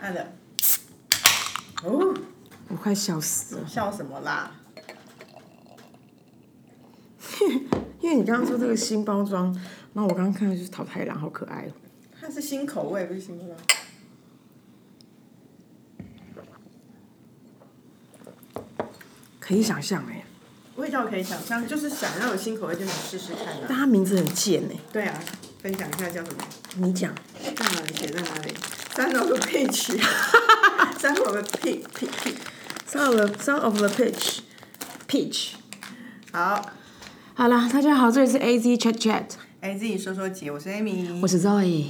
按了，哦，我快笑死了，笑什么啦？因为你刚刚说这个新包装，然后我刚刚看到就是桃太郎，好可爱哦。它是新口味，不是新的。可以想象哎，味道可以想象，就是想要有新口味就想试试看啊。但它名字很贱哎，对啊，分享一下叫什么？你讲，在哪里写在哪里？三楼的 peach，三楼的 pig pig pig。 Son of the Son of the Peach Peach。好，好啦，大家好，这里是 A Z Chat Chat，哎，自己说说姐，我是 Amy。我是 Zoe。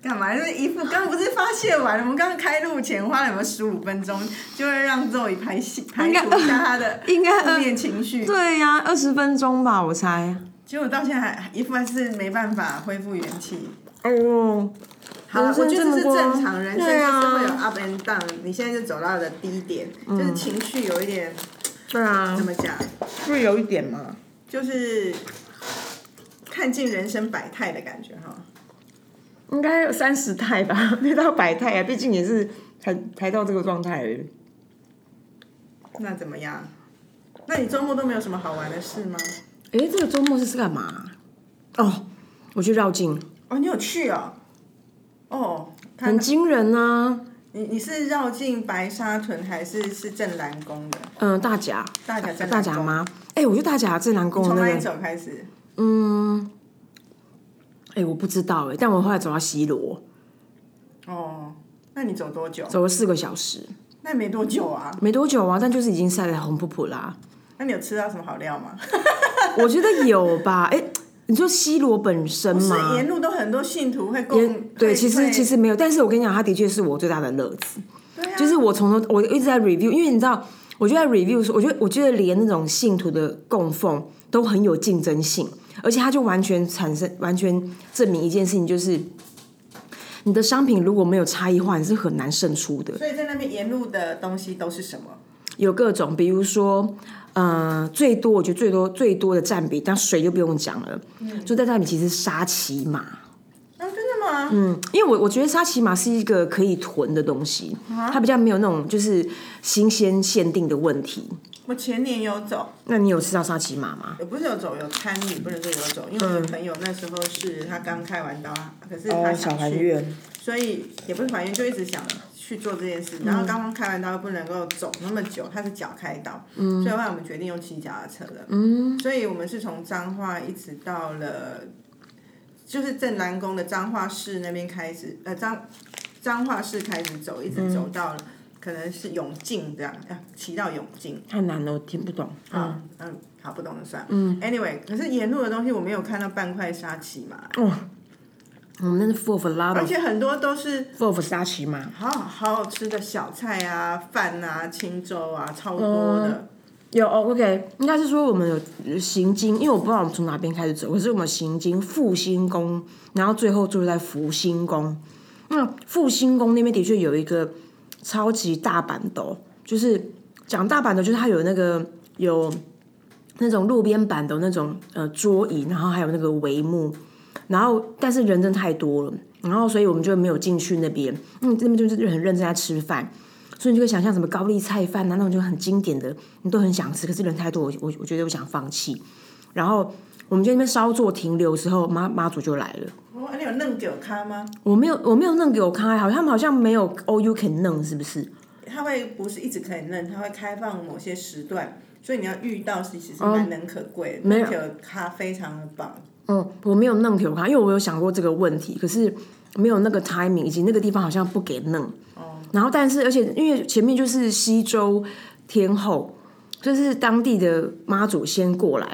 干嘛？就是一副刚刚不是发泄完了？我们刚刚开录前花了有没有十五分钟，就会让 Zoe 排戏排应该除一下他的 应该负面情绪。对呀、二十分钟吧，我猜。结果到现在还一副还是没办法恢复元气。哎呦，好，我人生觉得这这么是多正常人生，就对是会有啊， up and down。你现在就走到了低点，就是情绪有一点对啊怎，么讲，是有一点嘛。就是看尽人生百态的感觉哈。应该有三十台吧， 没到百台啊，毕竟也是才才到这个状态而已。那怎么样？那你周末都没有什么好玩的事吗？哎、这个周末是干嘛？哦，我去绕境，哦，你有去哦。哦，他很惊人啊！你你是绕进白沙屯还是是正南宫的？嗯、大甲，大甲镇南宫大甲吗？哎、我去大甲镇南宫从那哪个里走开始？嗯，哎、我不知道哎、但我后来走到西罗，哦，那你走多久？走了四个小时，那也没多久啊。没多久啊，但就是已经晒得红扑扑啦。那你有吃到什么好料吗？我觉得有吧，哎、你说西罗本身不是吗？沿路都很多信徒会也供，对，其实其实实没有，但是我跟你讲，它的确是我最大的乐子。对啊，就是我从头我一直在 review，因为你知道，我就在 review 说，我觉得我觉得连那种信徒的供奉都很有竞争性，而且它就完全产生完全证明一件事情，就是你的商品如果没有差异化，你是很难胜出的。所以在那边沿路的东西都是什么？有各种，比如说，呃，最多我觉得最多最多的占比，但水就不用讲了，就在占比其实是沙琪玛。啊，真的吗？嗯，因为我我觉得沙琪玛是一个可以囤的东西，它比较没有那种就是新鲜限定的问题。我前年有走，那你有吃到沙琪玛吗？也不是有走，有参与，不能说有走，因嗯为我的朋友那时候是他刚开完刀，可是哦他想去，愿，所以也不是怀孕，就一直想去做这件事。然后刚刚开完刀又不能够走那么久，他是脚开刀，所以后来我们决定用骑脚踏车的。所以我们是从彰化一直到了，就是正南宫的彰化市那边开始，呃彰彰化市开始走，一直走到、可能是永靖这样，啊，骑到永靖。太难了，我听不懂。啊，嗯，好，不懂的算。嗯，anyway，可是沿路的东西我没有看到半块沙琪玛，嗯我们那是 full of love 而且很多都是 full of 沙琪玛，好好好吃的小菜啊、饭啊、清粥啊，超多的。有哦，OK，应该是说我们有行经，因为我不知道我们从哪边开始走，可是我们行经复兴宫，然后最后住在福兴宫。那复兴宫那边的确有一个超级大板斗，就是讲大板斗，就是它有那个有那种路边板的那种呃桌椅，然后还有那个帷幕，然后但是人真的太多了，然后所以我们就没有进去那边，嗯，那边就是很认真在吃饭。所以你就会想象什么高丽菜饭啊，那种就很经典的，你都很想吃，可是人太多，我我我觉得我想放弃。然后我们在那边稍作停留之后，妈妈祖就来了。哦，啊你有嫩酒咖吗？我没有我没有弄给我看，好像他们好像没有 all you can 弄，是不是？它会不是一直可以嫩，它会开放某些时段，所以你要遇到是其实哦难能可贵。没有嫩酒咖非常的棒，嗯，我没有弄给我看，因为我有想过这个问题，可是没有那个 timing，以及那个地方好像不给弄。哦。然后，但是而且因为前面就是西周天后，就是当地的妈祖先过来，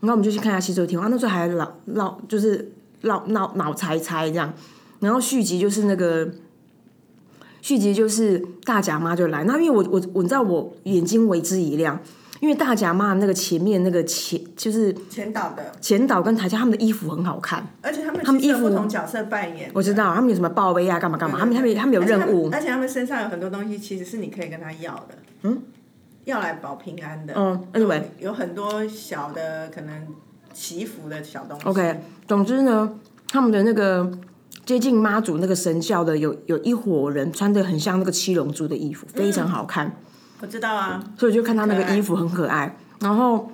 然后我们就去看一下西周天后，啊、那时候还老老就是老脑脑猜猜这样，然后续集就是那个。续集就是大甲妈就来，那因为我我我你知道我眼睛为之一亮，因为大甲妈那个前面那个前就是前导的，前导跟台下他们的衣服很好看，而且他们他们其实有衣服不同角色扮演。我知道他们有什么报备啊，干嘛干嘛，他们他们他们有任务，而且他们而且他们身上有很多东西，其实是你可以跟他要的，嗯，要来保平安的。嗯，anyway 有很多小的可能祈福的小东西。 OK，总之呢，他们的那个接近妈祖那个神教的有有一伙人穿的很像那个七龙珠的衣服，非嗯常好看。我知道啊，所以我就看他那可个爱衣服很可爱。然后，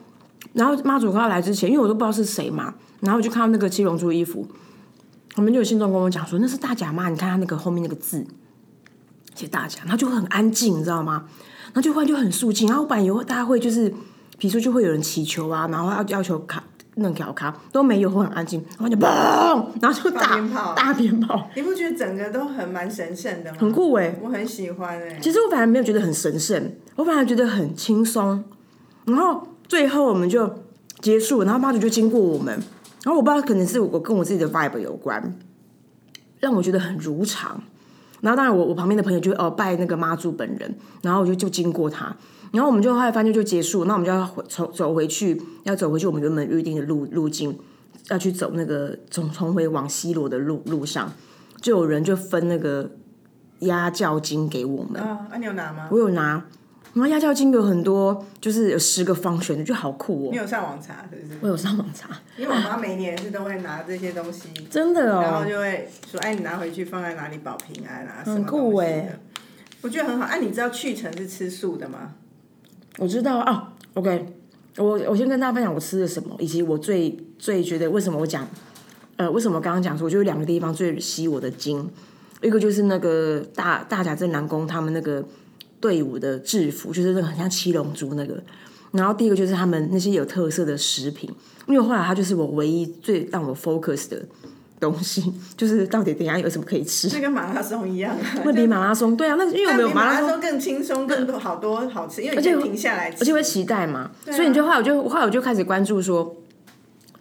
然后妈祖快要来之前，因为我都不知道是谁嘛，然后我就看到那个七龙珠衣服，我们就有信众跟我讲说那是大甲妈，你看他那个后面那个字写大甲，然后就很安静，你知道吗？然后就忽然就很肃静，然后我本来以为大家会就是，比如说就会有人祈求啊，然后要要求卡。那种卡卡都没有，会很安静，然后就砰，然后就放大鞭炮大鞭炮，你不觉得整个都很蛮神圣的吗？很酷哎、我很喜欢哎、其实我反而没有觉得很神圣，我反而觉得很轻松。然后最后我们就结束了，然后妈祖就经过我们，然后我不知道可能是我跟我自己的 vibe 有关，让我觉得很如常。然后当然我我旁边的朋友就哦拜那个妈祖本人，然后我就就经过他，然后我们就后来发现就结束，那我们就要回走走回去，要走回去我们原本预定的路路径，要去走那个从重回往西罗的路路上，就有人就分那个压轿金给我们，啊，啊，你有拿吗？我有拿，然后压轿金有很多，就是有十个方选的，就好酷哦你。有上网查是不是？我有上网查，因为我妈每年是都会拿这些东西，真的然后哦，就会说，哎，你拿回去放在哪里保平安啊，很什么酷东西的欸我觉得很好。哎、你知道去程是吃素的吗？我知道啊。OK，我我先跟大家分享我吃了什么，以及我最最觉得为什么我讲，呃，为什么刚刚讲说，我就有两个地方最吸我的睛，一个就是那个大大甲镇南宫他们那个队伍的制服，就是那个很像七龙珠那个。然后第一个就是他们那些有特色的食品，因为后来它就是我唯一最让我 focus 的东西，就是到底等一下有什么可以吃。这跟马拉松一样啊，会比马拉松对啊，那因为我但们有比马马拉拉松，松更轻松，更多好多好吃，因为你可而以且停下来而且吃。会期待嘛，啊所以你就后来我就后来我就开始关注说，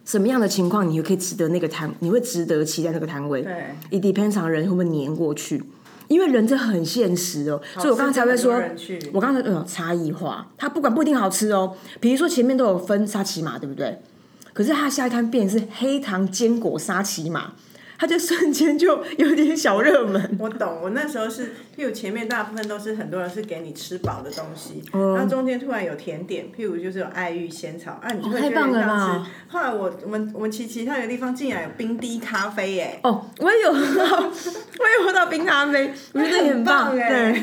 什么样的情况你可以值得那个摊，你会值得期待那个摊位。对，以 depend 上人会不会黏过去，因为人这很现实哦，所以我刚才才会说好吃就很多人去，我刚才呃差异化，它不管不一定好吃哦，比如说前面都有分沙琪玛，对不对？可是它下一摊变成是黑糖坚果沙琪玛，它就瞬间就有点小 热门。我懂，我那时候是，譬如前面大部分都是很多人是给你吃饱的东西，嗯然后中间突然有甜点，譬如就是有爱玉仙草，啊，你就会觉哦太得棒很了想啦吃。后来我我们我们其其他有地方竟然有冰滴咖啡耶、哦，我也有喝到， 我也喝到冰咖啡，我觉得也很棒，很棒哎对。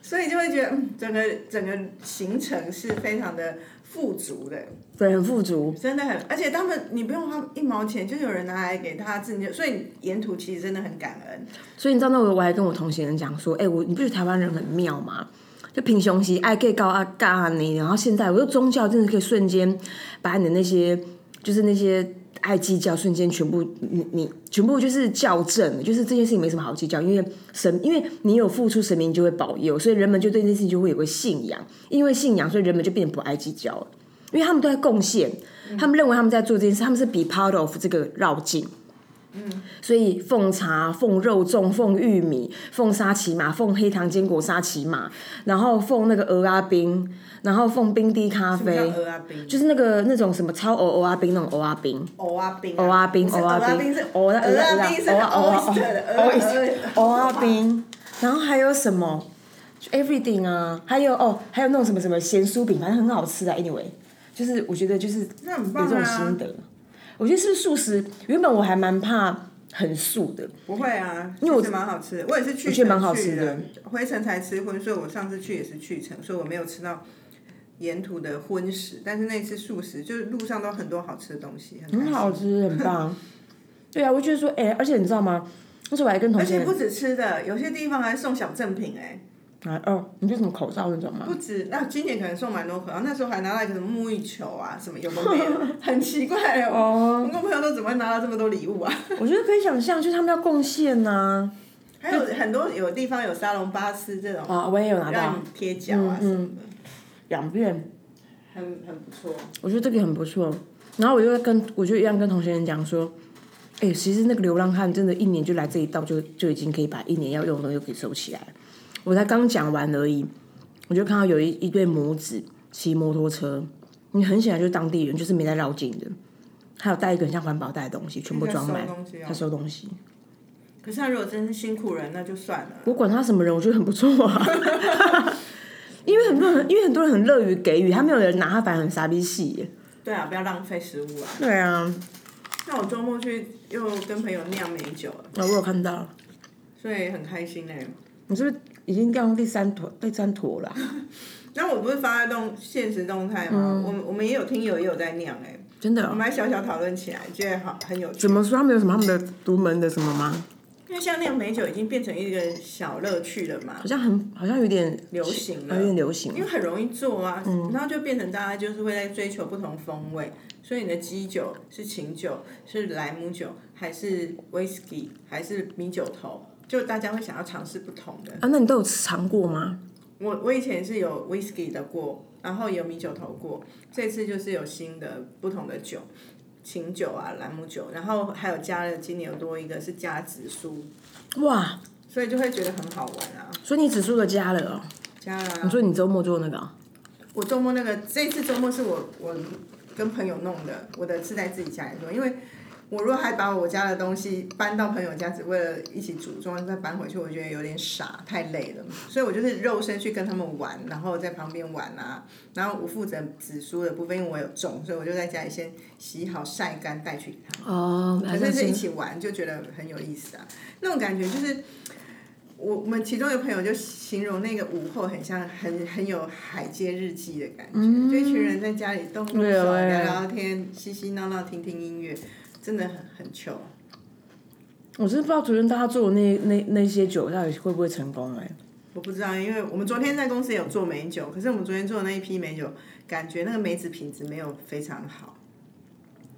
所以就会觉得嗯，整个整个行程是非常的富足的，对，很富足，真的很，而且他们你不用花一毛钱，就有人拿来给他自己，所以沿途其实真的很感恩。所以你知道那我我还跟我同行人讲说，哎、我你不觉得台湾人很妙吗？就平雄西爱 gay 高啊尬啊你，然后现在我说宗教真的可以瞬间把你的那些就是那些爱计较瞬间全部你你全部就是校正，就是这件事情没什么好计较，因为神因为你有付出，神明就会保佑，所以人们就对这件事情就会有个信仰，因为信仰，所以人们就变得不爱计较了，因为他们都在贡献，他们认为他们在做这件事，他们是 be part of 这个绕境。所以奉茶、奉肉粽、奉玉米、奉沙琪玛、奉黑糖坚果沙琪玛，然后奉那个鹅阿冰，然后奉冰滴咖叫啡，鹅啊冰，就是那个那种什么超欧欧阿冰那种欧阿冰，欧啊冰，欧阿冰，不是欧阿呃蚵仔冰哦冰是，欧鹅啊冰是欧欧 oyster 的呃哦鹅鹅欧阿冰，然后还有什么就？Everything 啊，还有哦，还有那种什么什么咸酥饼，反正很好吃啊。Anyway，就是我觉得就是那很棒有这种啊心！得。我觉得是不是素食，原本我还蛮怕很素的，不会啊，因为我其实蛮好吃的，我也是去我觉程得蛮好吃去的的，回程才吃荤，所以我上次去也是去程，所以我没有吃到沿途的荤食，但是那次素食就是路上都很多好吃的东西，很开很心好吃，很 棒。对啊，我就觉得说，哎、而且你知道吗？那时候我还跟同而学且不止吃的，有些地方还送小赠品哎、啊，哦，你就什么口罩那种吗？不止。那今年可能送蛮多口罩，那时候还拿到一个什么沐浴球啊，什么有的没 的，很奇怪哦。我跟我朋友都怎么会拿到这么多礼物啊？我觉得可以想象，就是他们要贡献啊呐。还有很多有地方有沙龙巴斯这种，啊，我也有拿到让你贴脚啊什么的，两遍，很很不错。我觉得这个很不错。然后我就跟我就一样跟同学们讲说，哎、其实那个流浪汉真的一年就来这一道就就已经可以把一年要用的东西给收起来了。我才刚讲完而已，我就看到有一一对母子骑摩托车，你很显然就是当地人，就是没在绕境的。还有带一个很像环保袋的东西，全部装满那个收东西哦，他收东西。可是他如果真是辛苦人，那就算了。我管他什么人，我觉得很不错啊。 因为很多人，因为很多人很乐于给予，他没有人拿，他反而很傻逼戏耶。对啊，不要浪费食物啊。对啊，那我周末去又跟朋友酿美酒了，啊，我有看到，所以很开心哎、你是不是已经掉到第三坨第三坨了啊、然后我不是发动现实动态吗？我们我们也有听友也有在酿哎、真的我哦、们还小小讨论起来，觉得好很有趣怎。么说？他们有什么他们的独门的什么吗？因为像酿美酒已经变成一个小乐趣了嘛好，像很好像有点流行啊有点了。流行因为很容易做啊，然后就变成大家就是会在追求不同风味，所以你的基酒是琴酒，是莱姆酒，还是 whisky，还是米酒头，就大家会想要尝试不同的。啊。那你都有尝过吗？我我以前是有 whisky 的过，然后有米酒头过，这次就是有新的不同的酒，琴酒啊、兰姆酒，然后还有加了今年有多一个是加紫苏，哇，所以就会觉得很好玩啊。所以你指数的加了哦、加了、你啊，说你周末做那个哦、我周末那个这次周末是我我跟朋友弄的，我的是在自己家里做，因为。我如果还把我家的东西搬到朋友家，只为了一起组装再搬回去，我觉得有点傻，太累了。所以我就是肉身去跟他们玩，然后在旁边玩啊。然后我负责紫苏的部分，因为我有种，所以我就在家里先洗好晒干带去给他们。哦，还可是是一是起玩就觉得很有意思啊，那种感觉就是。我我们其中一个朋友就形容那个午后很像很很有海街日记的感觉，就一群人在家里动动手啊嗯对聊对聊天，嬉嬉闹闹，听听音乐，真的很很 chill。我是不知道昨天大家做的那那那些酒到底会不会成功哎、我不知道，因为我们昨天在公司也有做美酒，可是我们昨天做的那一批美酒，感觉那个梅子品质没有非常好，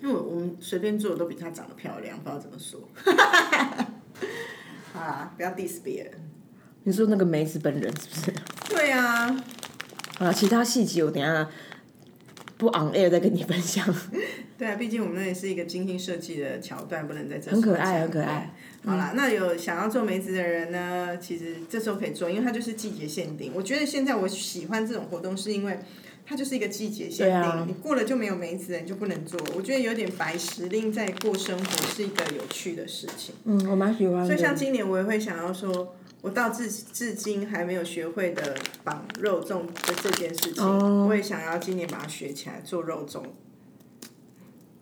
因为我我们随便做的都比它长得漂亮，不知道怎么说。 好啦，不要 diss 别人。你说那个梅子本人是不是？ 对啊，啊，其他细节我等一下不 on air 再跟你分享，对啊，毕竟我们那也是一个精心设计的桥段，不能在这很可说爱，嗯这很可样爱。好啦，那有想要做梅子的人呢，其实这时候可以做，因为它就是季节限定。我觉得现在我喜欢这种活动，是因为它就是一个季节限定，对啊你过了就没有梅子了，你就不能做。我觉得有点白时令在过生活是一个有趣的事情。嗯，我蛮喜欢所以像的。今年我也会想要说，我到至至今还没有学会的绑肉粽的这件事情，哦我也想要今年把它学起来做肉粽。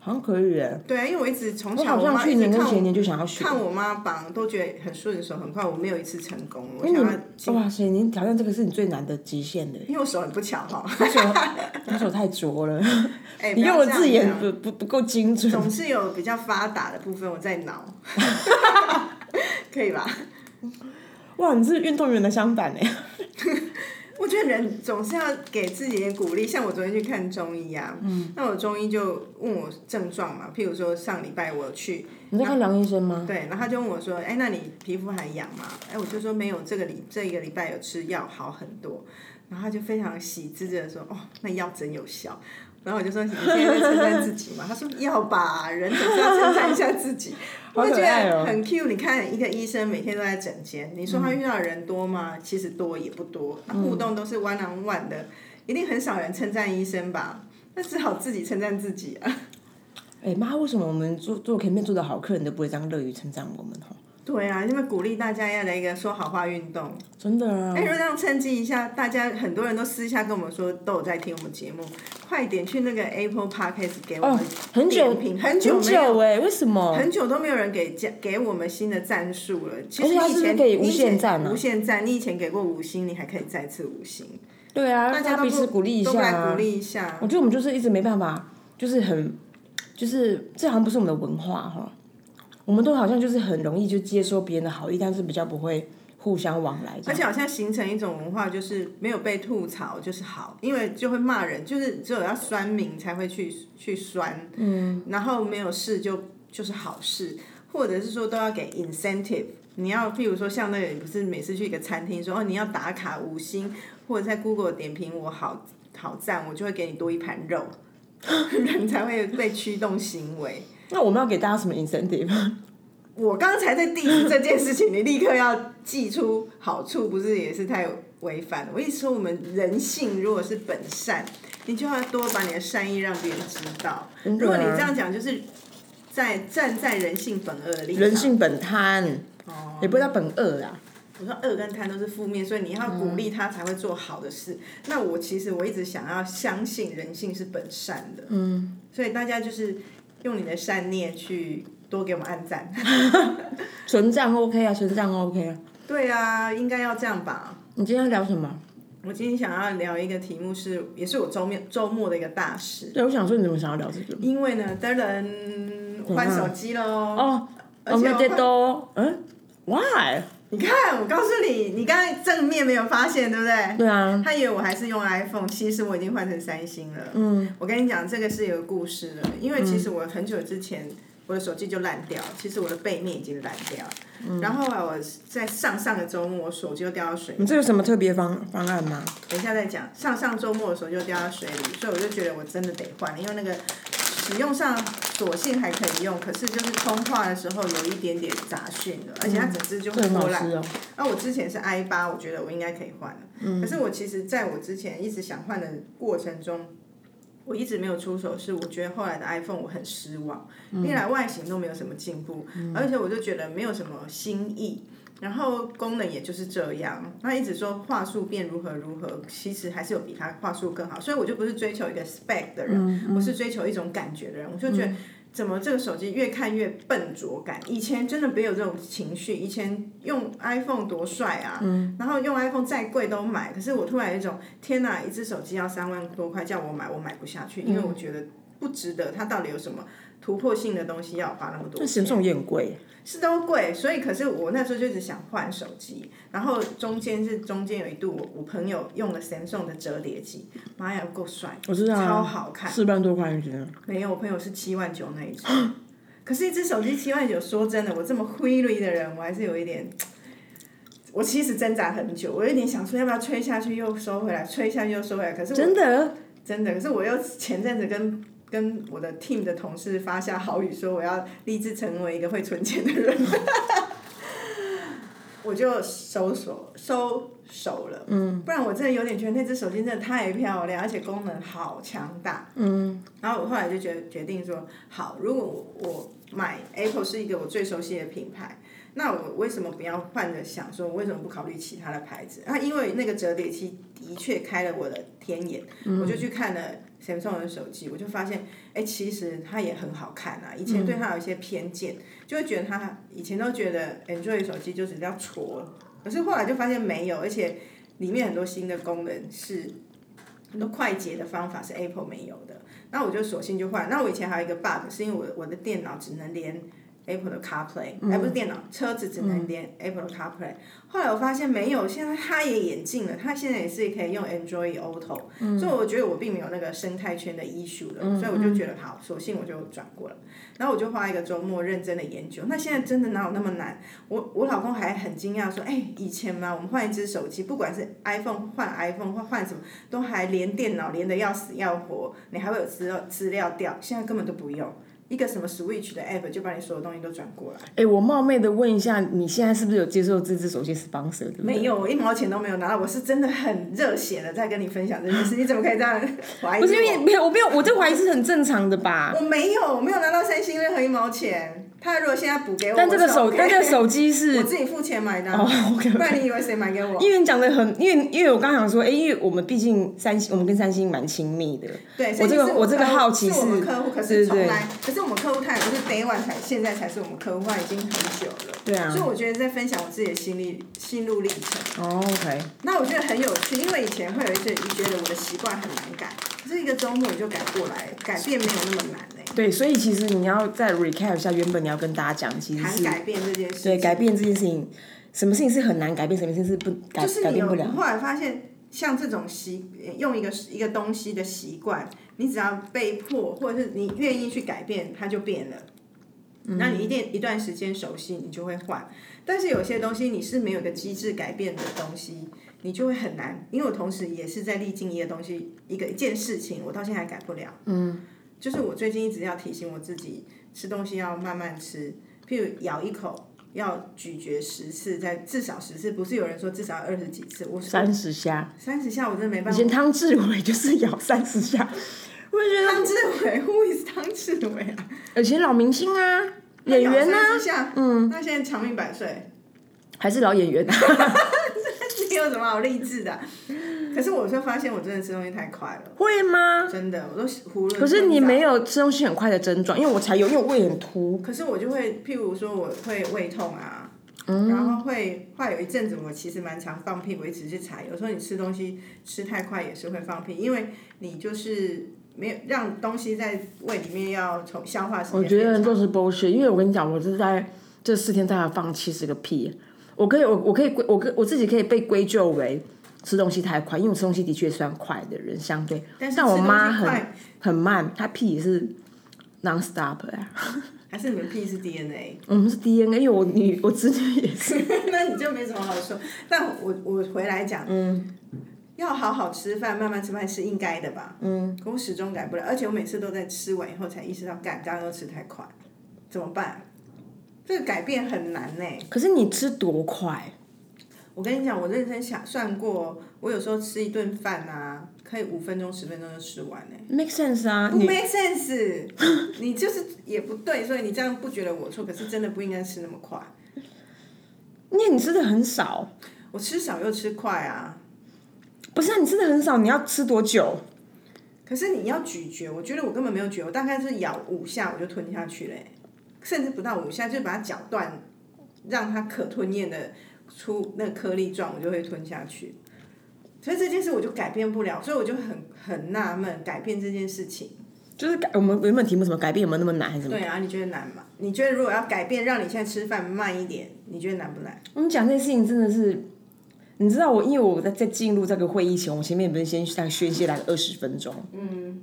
好像可以哎、对啊，因为我一直从我小好我妈像一去直年看跟我前年就想要学。看我妈绑都觉得很顺手，很快，我没有一次成功。我因想为要你哦进，哇塞，你挑战这个是你最难的极限 的，因为我手很不巧哈。你手你手太拙了，哎、 你不要用的这样字眼讲不不不够精准。总是有比较发达的部分，我在 挠，可以吧？ 哇，你是运动员的相反哎，我觉得人总是要给自己一点鼓励。像我昨天去看中医啊，嗯那我中医就问我症状嘛，譬如说上礼拜我去，你在看梁医生吗？对，然后他就问我说：“哎、那你皮肤还痒吗？”哎、我就说没有，这个礼这一个礼拜有吃药好很多。然后他就非常喜滋滋的说：“哦，那药真有效。”然后我就说：“你现在在称赞自己吗？”他说：“要吧，人总是要称赞一下自己。”好我就可觉爱得哦嗯很 Q。你看一个医生每天都在诊间，你说他遇到的人多吗？其实多也不多，那互动都是 one on one 的，一定很少人称赞医生吧？那只好自己称赞自己啊。 哎妈，为什么我们做做前面做的好客人都不会这样乐于称赞我们哦？对啊，因为鼓励大家要来一个说好话运动。真的啊哎、，如果这样趁机一下，大家很多人都私下跟我们说都有在听我们节目，快点去那个 Apple Podcast 给我们哦很久点评，很久久没有。久哎，为什么？很久都没有人给加给我们新的赞数了。其而实且它你以哦是不是前可以你以无限前赞啊无限赞。你以前给过五星，你还可以再次五星，对啊，大大家家都彼此不鼓励一都下来啊鼓。励一下我。觉得我们就是一直没办法，就是很，就是这好像不是我们的文化哈。我们都好像就是很容易就接受别人的好意，但是比较不会互相往来而这样。且好像形成一种文化，就是没有被吐槽就是好，因为就会骂人，就是只有要酸民才会去去酸，嗯，然后没有事就就是好事，或者是说都要给 incentive。你要，譬如说像那个，你不是每次去一个餐厅说哦，你要打卡五星，或者在 Google 点评我好好赞，我就会给你多一盘肉， 人才会被驱动行为。那我们要给大家什么 incentive？我刚才在 diss 这件事情，你立刻要记出好处，不是也是太违反了？我一直说我们人性如果是本善，你就要多把你的善意让别人知道。真如的啊果你这样讲，就是在站在人性本恶的立场。人性本贪，啊哦，也不叫本恶啊啦。我说恶跟贪都是负面，所以你要鼓励他才会做好的事。那我其实我一直想要相信人性是本善的，嗯，所以大家就是用你的善念去多给我们按赞。存账 OK 啊，存账 OK 啊。对啊，应该要这样吧。你今天要聊什么？我今天想要聊一个题目是，也是我周面周末的一个大事，对，我想说你怎么想要聊这个？因为呢，当然我换手机喽。哦，而我且们这我换，都嗯，Why？你看，我告诉你，你刚才正面没有发现，对不对？对啊，他以为我还是用 iPhone，其实我已经换成三星了。嗯，我跟你讲，这个是有个故事的，因为其嗯实我很久之前我的手机就烂掉，其实我的背面已经烂掉。嗯然后啊，我在上上个周末，我手机又掉到水里你这有什么特别方方案吗？等一下再讲。上上周末的时候就掉到水里，所以我就觉得我真的得换了，因为那个使用上索性还可以用，可是就是通话的时候有一点点杂讯了，而且它整只就这很波好烂。吃哦。那、啊我之前是 i 八，我觉得我应该可以换了。可是我其实在我之前一直想换的过程中，我一直没有出手，是我觉得后来的 iPhone 我很失望，一来外形都没有什么进步，而且我就觉得没有什么新意。然后功能也就是这样，那一直说话术变如何如何，其实还是有比它话术更好，所以我就不是追求一个 spec 的人，我是追求一种感觉的人，我就觉得怎么这个手机越看越笨拙感？以前真的没有这种情绪，以前用 iPhone 多帅啊，然后用 iPhone 再贵都买，可是我突然有一种天哪，一只手机要三万多块，叫我买我买不下去，因为我觉得不值得。它到底有什么突破性的东西要我花那么多那咸钱？送也很贵，是都贵，所以可是我那时候就一直想换手机，然后中间是中间有一度我我朋友用了 Samsung 的折叠机，妈呀，够帅，我知道啊，超好看。四万多块钱啊，没有，我朋友是七万九那一种。 可是，一只手机七万九，说真的，我这么灰绿的人，我还是有一点。我其实挣扎很久，我有点想说要不要吹下去又收回来，吹下去又收回来。可是我真的真的，可是我又前阵子跟跟我的 team 的同事发下豪语，说我要立志成为一个会存钱的人， 我就收手收手了。嗯，不然我真的有点觉得那只手机真的太漂亮，而且功能好强大。嗯，然后我后来就决决定说，好，如果我我买 Apple 是一个我最熟悉的品牌。那我为什么不要换着想说，我为什么不考虑其他的牌子？啊，因为那个折叠器的确开了我的天眼，我就去看了 Samsung 的手机，我就发现，哎、其实它也很好看啊。以前对它有一些偏见，就会觉得它以前都觉得 Android 手机就只是要戳，可是后来就发现没有，而且里面很多新的功能是很多快捷的方法是 Apple 没有的。那我就索性就换。那我以前还有一个 bug，是因为我我的电脑只能连 Apple 的 CarPlay，哎、不是电脑，车子只能连 Apple 的 CarPlay。后来我发现没有，现在它也演进了，它现在也是可以用 Android Auto，、所以嗯我觉得我并没有那个生态圈的 issue 了，所以我就觉得好，索性我就转过了。然后我就花一个周末认真的研究，那现在真的哪有那么难？我我老公还很惊讶说，哎、以前嘛，我们换一只手机，不管是 iPhone 换 iPhone 或换什么，都还连电脑连的要死要活，你还会有资料资料掉，现在根本都不用。一个什么 Switch 的 app 就把你所有东西都转过来，哎、我冒昧的问一下，你现在是不是有接受这只手机 sponsor？对不对没有，我一毛钱都没有拿到，我是真的很热血的在跟你分享这件事，你怎么可以这样怀疑不是因为我？没有，我没有，我这怀疑是很正常的吧？我没有，我没有拿到三星任何一毛钱。他如果现在补给我，但这个我是手， OK 但这个手机是 我自己付钱买的啊，哦，OK，不然你以为谁买给我？因为你讲的很，因为因为我刚想说，哎、因为我们毕竟三星，我们跟三星蛮亲密的，对，我所以这个是我这个客户好奇是我们是客户，可对是对从对来，可是我们客户他也不是 day one 才，现在才是我们客户，他已经很久了。对啊所以我觉得在分享我自己的心历心路历程，哦，OK，那我觉得很有趣，因为以前会有一些人觉得我的习惯很难改，可是一个周末我就改过来，改变没有那么难欸嘞、对，所以其实你要再 recap 一下，原本你要跟大家讲，其实谈是改变这件事情，对改变这件事情，什么事情是很难改变，什么事情是不改就是改你变有不了。后来发现，像这种习用一个一个东西的习惯，你只要被迫或者是你愿意去改变，它就变了。嗯那你一定一段时间熟悉，你就会换。但是有些东西你是没有一个机制改变的东西，你就会很难。因为我同时也是在历经一个东西，一个一件事情，我到现在还改不了。嗯，就是我最近一直要提醒我自己，吃东西要慢慢吃，譬如咬一口要咀嚼十次，再至少十次，不是有人说至少二十几次，我三十下，三十下我真的没办以法。前汤志伟就是咬三十下，我就觉得汤志伟，Who is 汤志伟啊？以前老明星啊， 演员啊，啊，嗯，他现在长命百岁，还是老演员啊，你有什么好励志的？可是我就发现我真的吃东西太快了，会吗？真的，我都囫囵。可是你没。有吃东西很快的症状，因为我才有，因为我胃很凸。可是我就会，譬如说我会胃痛啊，嗯然后会，后来有一阵子我其实蛮常放屁，我一直去查，有时候你吃东西吃太快也是会放屁，因为你就是没有让东西在胃里面要从消化时间我觉得变都长是 bullshit，因为我跟你讲，我是在这四天大概放七十个屁，我可以，我我可以归，我可我自己可以被归咎为吃东西太快，因为我吃东西的确算快的人，相对，但是但我吃东西妈很快很慢，她屁也是 non stop 呀、还是你们屁是 DNA，我们是 DNA，因为我女我侄女也是， 那你就没什么好说。但我我回来讲，嗯要好好吃饭，慢慢吃饭是应该的吧？嗯，可我始终改不了，而且我每次都在吃完以后才意识到，干，刚刚又吃太快，怎么办？这个改变很难呢、 可是你吃多快？我跟你讲，我认真想算过，我有时候吃一顿饭啊，可以五分钟、十分钟就吃完呢、 Make sense 啊，不你 make sense，你 就是也不对，所以你这样不觉得我错，可是真的不应该吃那么快。因为你吃的很少，我吃少又吃快啊，不是啊，你吃的很少，你要吃多久？可是你要咀嚼，我觉得我根本没有咀嚼，我大概是咬五下我就吞下去嘞、甚至不到五下就把它搅断，让它可吞咽的出那个颗粒状，我就会吞下去。所以这件事我就改变不了，所以我就很很纳闷，改变这件事情。就是改我们原本题目什么改变有没有那么难还是什么？对啊，你觉得难吗？你觉得如果要改变，让你现在吃饭慢一点，你觉得难不难？我们讲这件事情真的是，你知道我，因为我在在进入这个会议前，我前面不是先大概宣泄了二十分钟。嗯。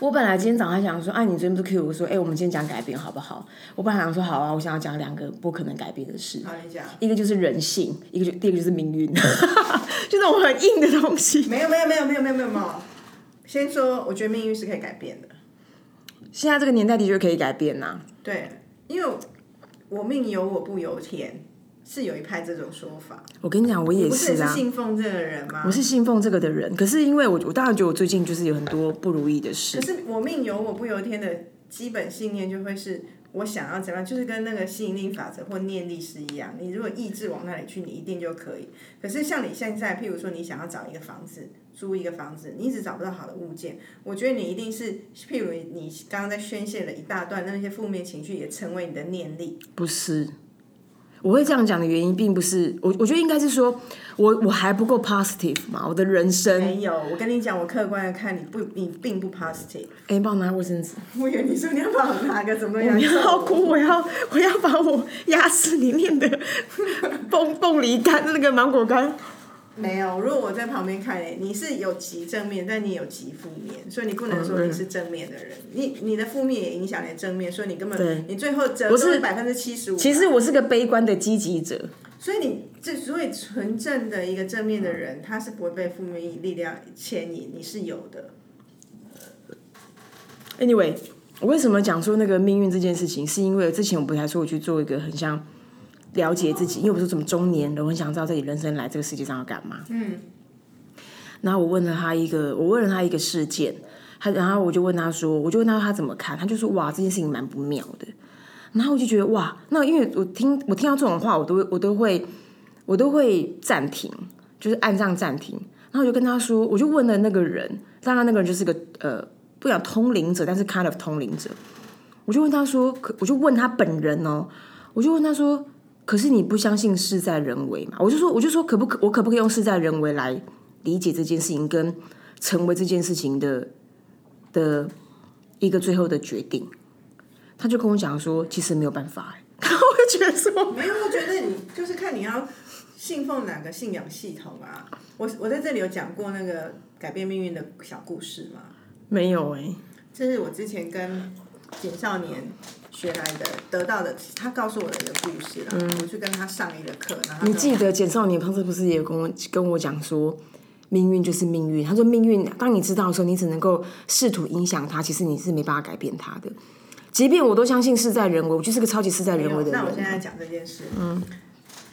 我本来今天早上还想说，啊，你昨天不是 Q 我说，哎、我们今天讲改变好不好？我本来想说，好啊，我想要讲两个不可能改变的事，好，你讲。一个就是人性，一个就第二个就是命运， 就那种很硬的东西。没有没有没有没有没有没有没有。先说，我觉得命运是可以改变的。现在这个年代的确可以改变呐、啊对，因为我命由我不由天，是有一派这种说法。我跟你讲，我你也不是是也是啊。信奉这个人吗我？是信奉这个的人，可是因为我我当然觉得我最近就是有很多不如意的事可，是我命由我不由天的基本信念就会是。我想要怎么样，就是跟那个吸引力法则或念力是一样。你如果意志往那里去，你一定就可以。可是像你现在，譬如说你想要找一个房子，租一个房子，你一直找不到好的物件，我觉得你一定是，譬如你刚刚在宣泄了一大段那些负面情绪，也成为你的念力。不是，我会这样讲的原因，并不是我，我觉得应该是说我我还不够 positive 嘛，我的人生。没有，我跟你讲，我客观的看，你不，你并不 positive。哎、帮我拿卫生纸。我以为你说你要帮我拿个什么我东西来不揍要我哭，我要我要把我牙齿里面的 凤凤梨干那个芒果干，没有，如果我在旁边看、欸，你是有极正面，但你有极负面，所以你不能说你是正面的人。你你的负面也影响你的正面，所以你根哦对本你最后折我是中百分之七十五。其实，我是个悲观的积极者，所以你这所以纯正的一个正面的人，他是不会被负面力量牵引，你是有的。 Anyway，我为什么讲说那个命运这件事情，是因为之前我不是还说我去做一个很像了解自己，因为我不是什么中年人，我很想知道自己人生来这个世界上要干嘛。嗯。然后我问了他一个，我问了他一个事件，他嗯然后我就问他说，我就问他他怎么看，他就说哇这件事情蛮不妙的。嗯然后我就觉得哇，那因为我听我听到这种话，我都会我都会我都会暂停，就是按上暂停。然后我就跟他说，我就问了那个人，当然那个人就是个呃不讲通灵者，但是 kind of 通灵者。我就问他说，可我就问他本人哦，我就问他说，可是你不相信事在人为嘛？我就说，我就说，可不可我可不可以用事在人为来理解这件事情，跟成为这件事情的的一个最后的决定？他就跟我讲说，其实没有办法、欸。然后我就觉得说，没有，我觉得你就是看你要信奉哪个信仰系统啊。我我在这里有讲过那个改变命运的小故事吗？没有哎、这是我之前跟简少年学来的得到的，他告诉我的一个故事啦。我去跟他上一个课，然后他嗯你就记得简少年上次不是也有跟我跟我讲说，命运就是命运。他说命运，当你知道的时候，你只能够试图影响它，其实你是没办法改变它的。即便我都相信事在人为，我就是个超级事在人为的那我现人。在讲这件事，嗯，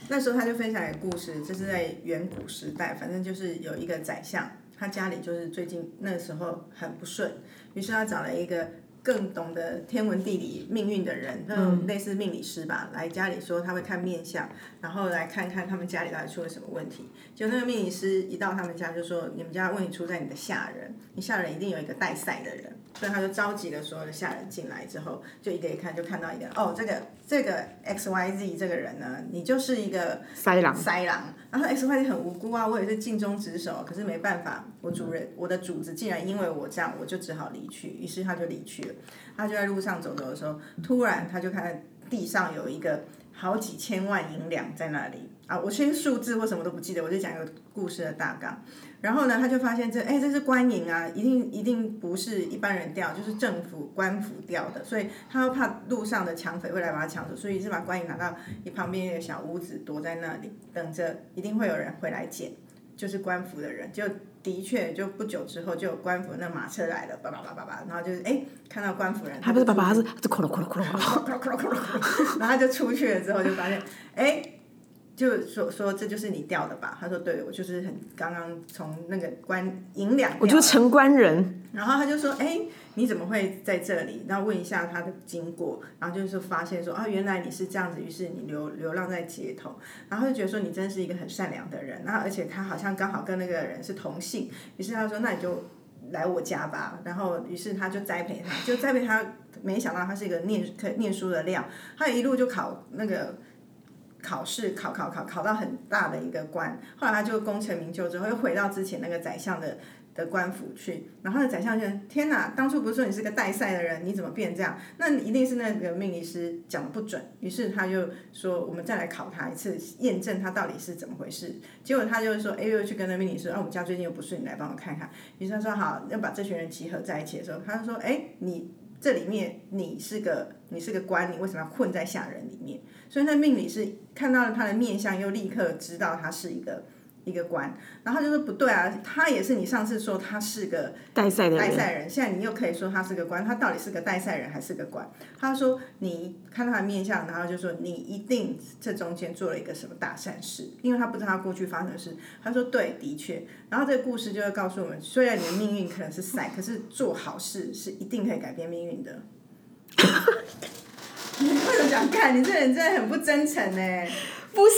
那时候他就分享一个故事，这是在远古时代，反正就是有一个宰相，他家里就是最近那时候很不顺，于是他找了一个更懂得天文地理命运的人，那嗯种类似命理师吧，来家里说他会看面相，然后来看看他们家里到底出了什么问题。就那个命理师一到他们家就说：“你们家问题出在你的下人，你下人一定有一个带赛的人。”所以他就召集了所有的下人进来之后，就一个一看就看到一个哦，这个这个 X Y Z 这个人呢，你就是一个塞狼，塞狼。然后哎 X Y Z 很无辜啊，我也是尽忠职守，可是没办法，我主嗯人我的主子竟然因为我这样，我就只好离去。于是他就离去了。他就在路上走走的时候，突然他就看到地上有一个好几千万银两在那里啊！我先数字或什么都不记得，我就讲一个故事的大纲。然后呢，他就发现这哎，这是官营啊，一定一定不是一般人掉，就是政府官府掉的，所以他又怕路上的抢匪会来把他抢走，所以是把官营拿到一旁边一个小屋子躲在那里，等着一定会有人回来捡，就是官府的人。就的确，就不久之后就有官府那马车来了，叭叭叭叭叭，然后就是哎，看到官府人，他不是爸爸，他是他是咕噜咕噜咕噜咕噜。然后他就出去了之后就发现，哎、就说说这就是你掉的吧？他说对，我就是很刚刚从那个关银两掉我就是城关人，然后他就说：“哎、你怎么会在这里？”然后问一下他的经过，然后就是发现说：“啊，原来你是这样子。”于是你流流浪在街头，然后就觉得说你真是一个很善良的人。然后而且他好像刚好跟那个人是同姓，于是他说：“那你就来我家吧。”然后于是他就栽培他，就栽培他。没想到他是一个念可念书的料，他一路就考那个。考试考考考考到很大的一个官，后来他就功成名就之后，又回到之前那个宰相的的官府去，然后那宰相就天哪，当初不是说你是个带赛的人，你怎么变这样？那你一定是那个命理师讲的不准。于是他就说，我们再来考他一次，验证他到底是怎么回事。结果他就说，哎，又去跟那命理师，啊，我们家最近又不顺，你来帮我看看。于是他说好，要把这群人集合在一起的时候，他就说，哎，你这里面你是个你是个官，你为什么要混在下人里面？所以那命理师看到了他的面相，又立刻知道他是一个一个官，然后他就说不对啊，他也是你上次说他是个带赛的代人，赛人，现在你又可以说他是个官，他到底是个代赛人还是个官？他说你看他的面相，然后就说你一定这中间做了一个什么大善事，因为他不知道他过去发生的事。他说对，的确。然后这个故事就会告诉我们，虽然你的命运可能是赛，可是做好事是一定可以改变命运的。你为什么想看？你这人真的很不真诚欸呢。不是，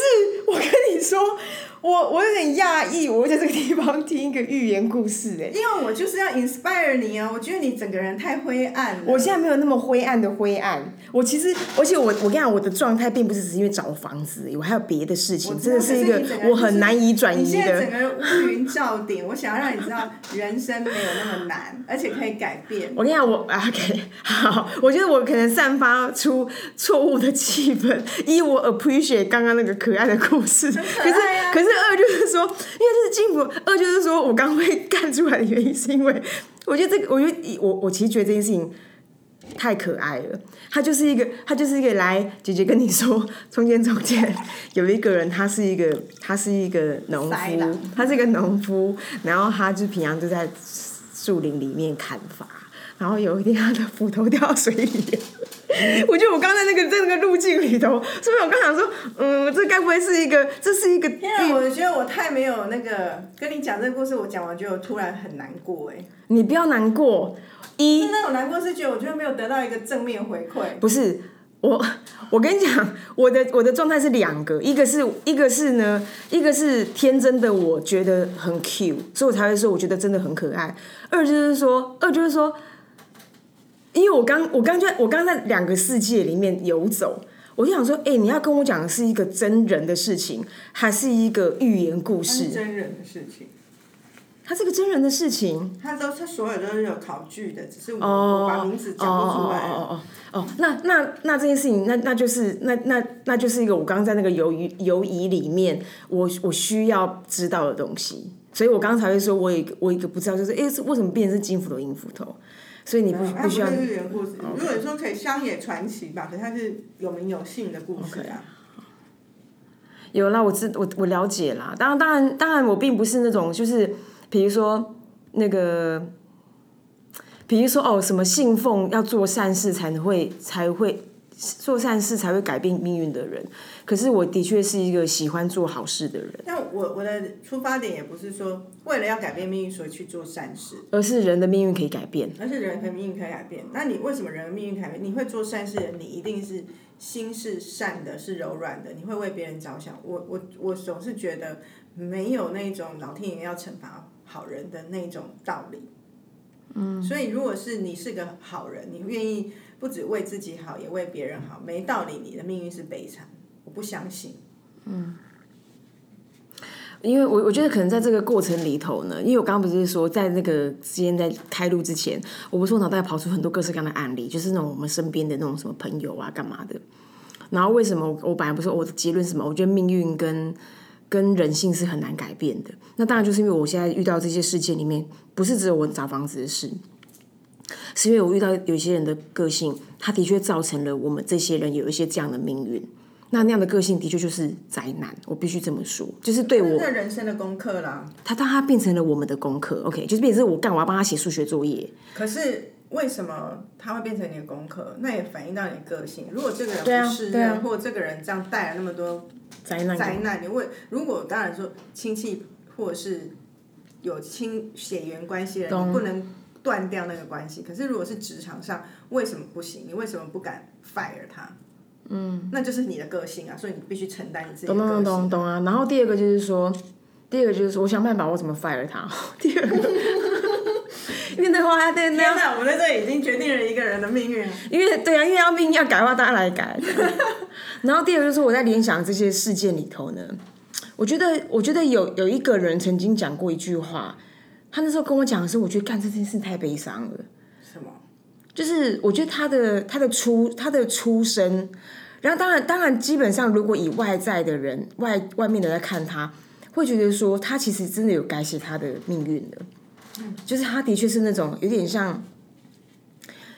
我跟你说，我我有点讶异，我会在这个地方听一个寓言故事、欸，因为我就是要 inspire 你啊！我觉得你整个人太灰暗了。我现在没有那么灰暗的灰暗，我其实，而且我我跟你讲，我的状态并不是只是因为找房子而已，我还有别的事情，真的是一个我很难以转你移现在整个的。人乌云罩顶，我想要让你知道，人生没有那么难，而且可以改变。我跟你讲，我啊 OK 好，我觉得我可能散发出错误的气氛。 一，我 appreciate 刚刚那个可爱的故事，可可爱是啊可是二就是说，因为这是幸福，二就是说我刚会干出来的原因是因为，我觉得这个，我觉得我我其实觉得这件事情太可爱了。他就是一个，他就是一个来姐姐跟你说， 中间中间有一个人，他是一个，他是一个农塞夫狼，他是一个农夫，然后他就平常就在树林里面砍伐，然后有一天他的斧头掉到水里。我觉得我刚才那个在那个路径里头，是不是我刚想说，嗯，这该不会是一个，这是一个天啊，我觉得我太没有那个跟你讲这个故事，我讲完觉得我突然很难过哎、你不要难过。一是那种难过是觉得我觉得没有得到一个正面回 馈。不是我，我跟你讲，我的我的状态是两个，一个是一个是呢，一个是天真的，我觉得很 Q，所以我才会说我觉得真的很可爱。二就是说，二就是说，因为我刚我刚就我刚在两个世界里面游走。我就想说，哎、你要跟我讲的是一个真人的事情，还是一个寓言故它事？真人的事情，它是个真人的事情，他都他所有都是有考据的，只是我、哦，我把名字讲不出来。哦哦哦哦哦，那那那这件事情，那那就是那那那就是一个我刚刚在那个游鱼游移里面，我我需要知道的东西，所以我刚才会说我有一个我有一个不知道，就是诶，是为什么变成是金斧头银斧头？所以你不嗯它不需要是寓言故事，如果说可以乡野传奇吧，可是它是有名有姓的故事啊。有啦，我知我我了解啦。当然，当然，当然，我并不是那种就是，比如说那个，比如说哦，什么信奉要做善事才能会才会做善事才会改变命运的人。可是我的确是一个喜欢做好事的人，那我我的出发点也不是说为了要改变命运所以去做善事，而是人的命运可以改变。而是人和命运可以改变。那你为什么人的命运改变？你会做善事的人，你一定是心是善的，是柔软的，你会为别人着想。我我我总是觉得没有那种老天爷要惩罚好人的那种道理。嗯，所以如果是你是个好人，你愿意不只为自己好，也为别人好，没道理你的命运是悲惨，我不相信。因为我我觉得可能在这个过程里头呢，因为我刚刚不是说在那个今天在开录之前，我不是我脑袋跑出很多各式各样的案例，就是那种我们身边的那种什么朋友啊干嘛的。然后为什么我我本来不是我的结论是什么？我觉得命运跟跟人性是很难改变的。那当然就是因为我现在遇到这些事件里面，不是只有我找房子的事，是因为我遇到有一些人的个性，他的确造成了我们这些人有一些这样的命运。那那样的个性的确就是灾难，我必须这么说，就是对我这是人生的功课啦。他当他变成了我们的功课，OK，就是变成是我干，我要帮他写数学作业。可是为什么他会变成你的功课？那也反映到你的个性。如果这个对人啊不是对人，啊或者这个人这样带来那么多灾难灾难，你问，如果当然说亲戚或者是有亲血缘关系的人，懂你不能断掉那个关系。可是如果是职场上，为什么不行？你为什么不敢 fire 他？嗯，那就是你的个性啊，所以你必须承担你自己的懂懂个性。懂懂啊。然后第二个就是说，第二个就是说我想办法我怎么 fire 他。 第二个，因为的话，他对那天哪，我们在这里已经决定了一个人的命运了。因为对啊，因为要命要改的话，大家来改。 然后第二个就是我在联想这些事件里头呢，我觉得我觉得有有一个人曾经讲过一句话，他那时候跟我讲的时候，我觉得干这件事太悲伤了。什么？就是我觉得他的他的出他的出身，然后当然当然基本上如果以外在的人外外面的在看他，会觉得说他其实真的有改写他的命运的，就是他的确是那种有点像，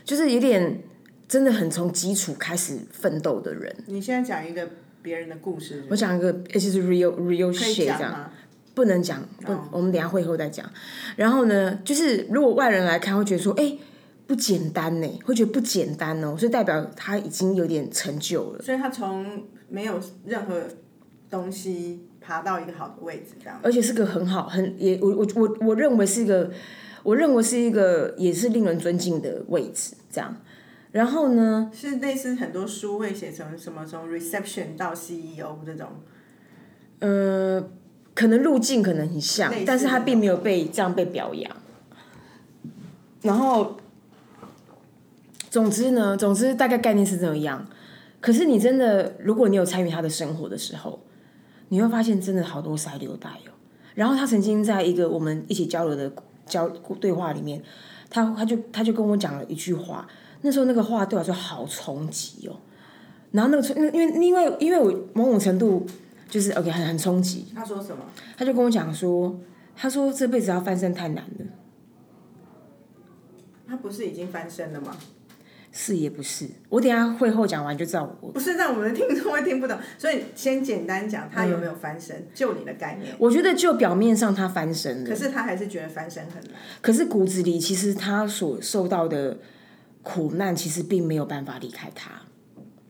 就是有点真的很从基础开始奋斗的人。你现在讲一个别人的故事是不我是，讲一个，也就是 real real 可以 shit 讲这样。吗？不能讲，不，我们等一下会后再讲。然后呢，就是如果外人来看，会觉得说，哎、不简单呢，会觉得不简单哦，所以代表他已经有点成就了，所以他从没有任何东西爬到一个好的位置，这样。而且是个很好，很也我我我我认为是一个，我认为是一个也是令人尊敬的位置，这样。然后呢，是类似很多书会写成什么从 reception 到 CEO 这种，呃，可能路径可能很像类似，但是他并没有被这样被表扬。然后，总之呢，总之大概概念是这样。可是你真的，如果你有参与他的生活的时候，你会发现真的好多塞流带哦。然后他曾经在一个我们一起交流的交对话里面，他他就他就跟我讲了一句话，那时候那个话对我来说好冲击哦。然后那个冲，因为因为因为我某种程度就是 OK 很很冲击，他说什么？他就跟我讲说，他说这辈子要翻身太难了，他不是已经翻身了吗？是也不是。我等一下会后讲完就知道我。不是让我们的听众会听不懂，所以先简单讲他有没有翻身，嗯就你的概念。我觉得就表面上他翻身了可，是他还是觉得翻身很难，可是骨子里其实他所受到的苦难其实并没有办法离开他，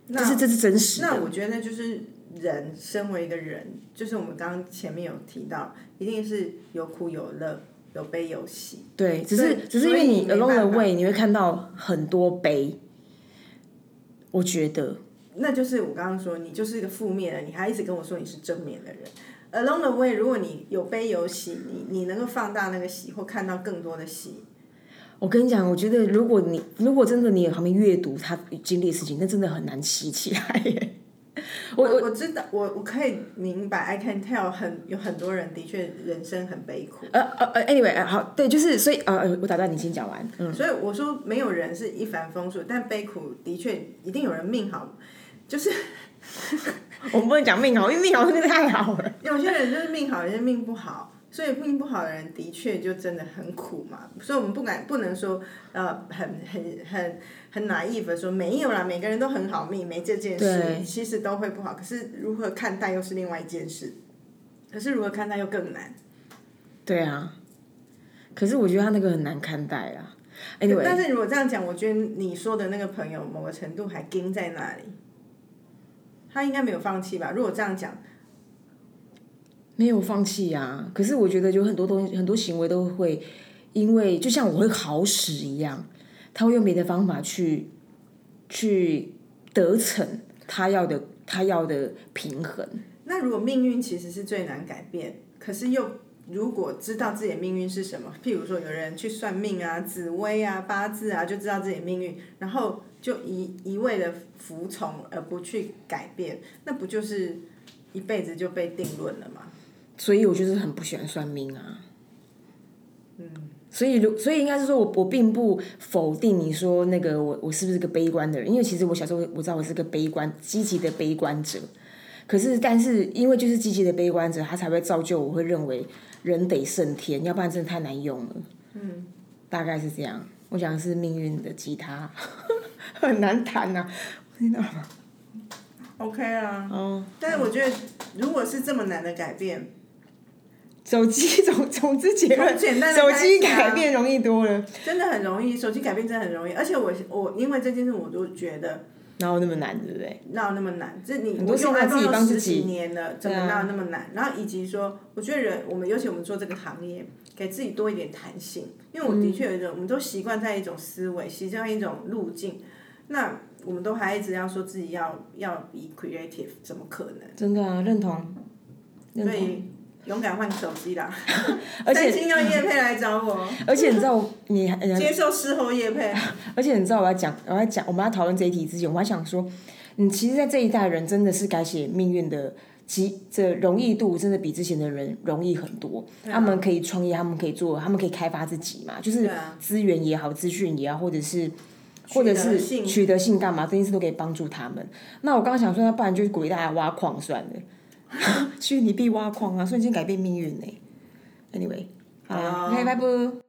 那这嗯是这是真实那的。我觉得就是人，身为一个人，就是我们刚刚前面有提到，一定是有苦有乐，有悲有喜。对，只所以是只是因为你所以没 along the 办法 way 你会看到很多悲，我觉得那就是我刚刚说，你就是一个负面的，你还一直跟我说你是正面的人。Along the way，如果你有悲有喜，你你能够放大那个喜，或看到更多的喜。我跟你讲，我觉得如果你如果真的你有旁边阅读他经历的事情，那真的很难洗起来耶。我我我知道，我我可以明白，I can tell 很有很多人的确人生很悲苦，呃呃呃，anyway，呃好，对，就是所以呃呃，我打断你先讲完。 嗯，所以我说没有人是一帆风顺，但悲苦的确一定有人命好，就是我们不能讲命好，因为命好真的太好了。有些人就是命好，有些人命不好，所以命不好的人的确就真的很苦嘛。所以我们不敢不能说呃很很很很 naive 地说没有啦，每个人都很好命，没这件事对其实都会不好。可是如何看待又是另外一件事，可是如何看待又更难。对啊，可是我觉得他那个很难看待啦。 Anyway，但是如果这样讲，我觉得你说的那个朋友某个程度还盯在那里，他应该没有放弃吧？如果这样讲，没有放弃啊。可是我觉得有很多东西，很多行为都会因为，就像我会好使一样，他会用别的方法去去得逞他要的他要的平衡。那如果命运其实是最难改变，可是又如果知道自己的命运是什么，譬如说有人去算命啊、紫薇啊、八字啊，就知道自己的命运，然后就一一味的服从而不去改变，那不就是一辈子就被定论了吗？所以我就是很不喜欢算命啊。嗯，所以如所以应该是说我我并不否定你说那个我我是不是个悲观的人，因为其实我小时候我知道我是个悲观积极的悲观者，可是但是因为就是积极的悲观者，他才会造就我会认为人得胜天，要不然真的太难用了。嗯，大概是这样。我讲的是命运的吉他， 很难弹呐、啊。 OK 啊，但是我觉得如果是这么难的改变，手机总总之结论，从简单的手开机始啊改变容易多了，真的很容易，手机改变真的很容易，而且我我因为这件事我都觉得哪有那么难，对不对？哪有那么难？这你很多我事情用都自己 iPhone 帮都十自己啊几年了，怎么哪有那么难？然后以及说，我觉得人我们尤其我们做这个行业，给自己多一点弹性，因为我嗯的确有一种，我们都习惯在一种思维，习惯一种路径，那我们都还一直要说自己要要 be creative，怎么可能？真的啊，认同，认所同。以勇敢换手机啦！而三且星要叶配来找 我，而且你知道我你，呃接受事后叶配。而且你知道我要讲，我要讲，我们要讨论这一题之前，我还想说，你其实，在这一代人真的是改写命运的。其这容易度真的比之前的人容易很多，对啊他们可以创业，他们可以做，他们可以开发自己嘛，就对是啊资源也好，资讯也好，或者是或者取得是性取得性干嘛，这件事都可以帮助他们。那我刚刚想说，那不然就是鼓励大家挖矿算了，虚拟币挖矿啊，瞬间改变命运呢、Anyway，好啦，好拜拜不。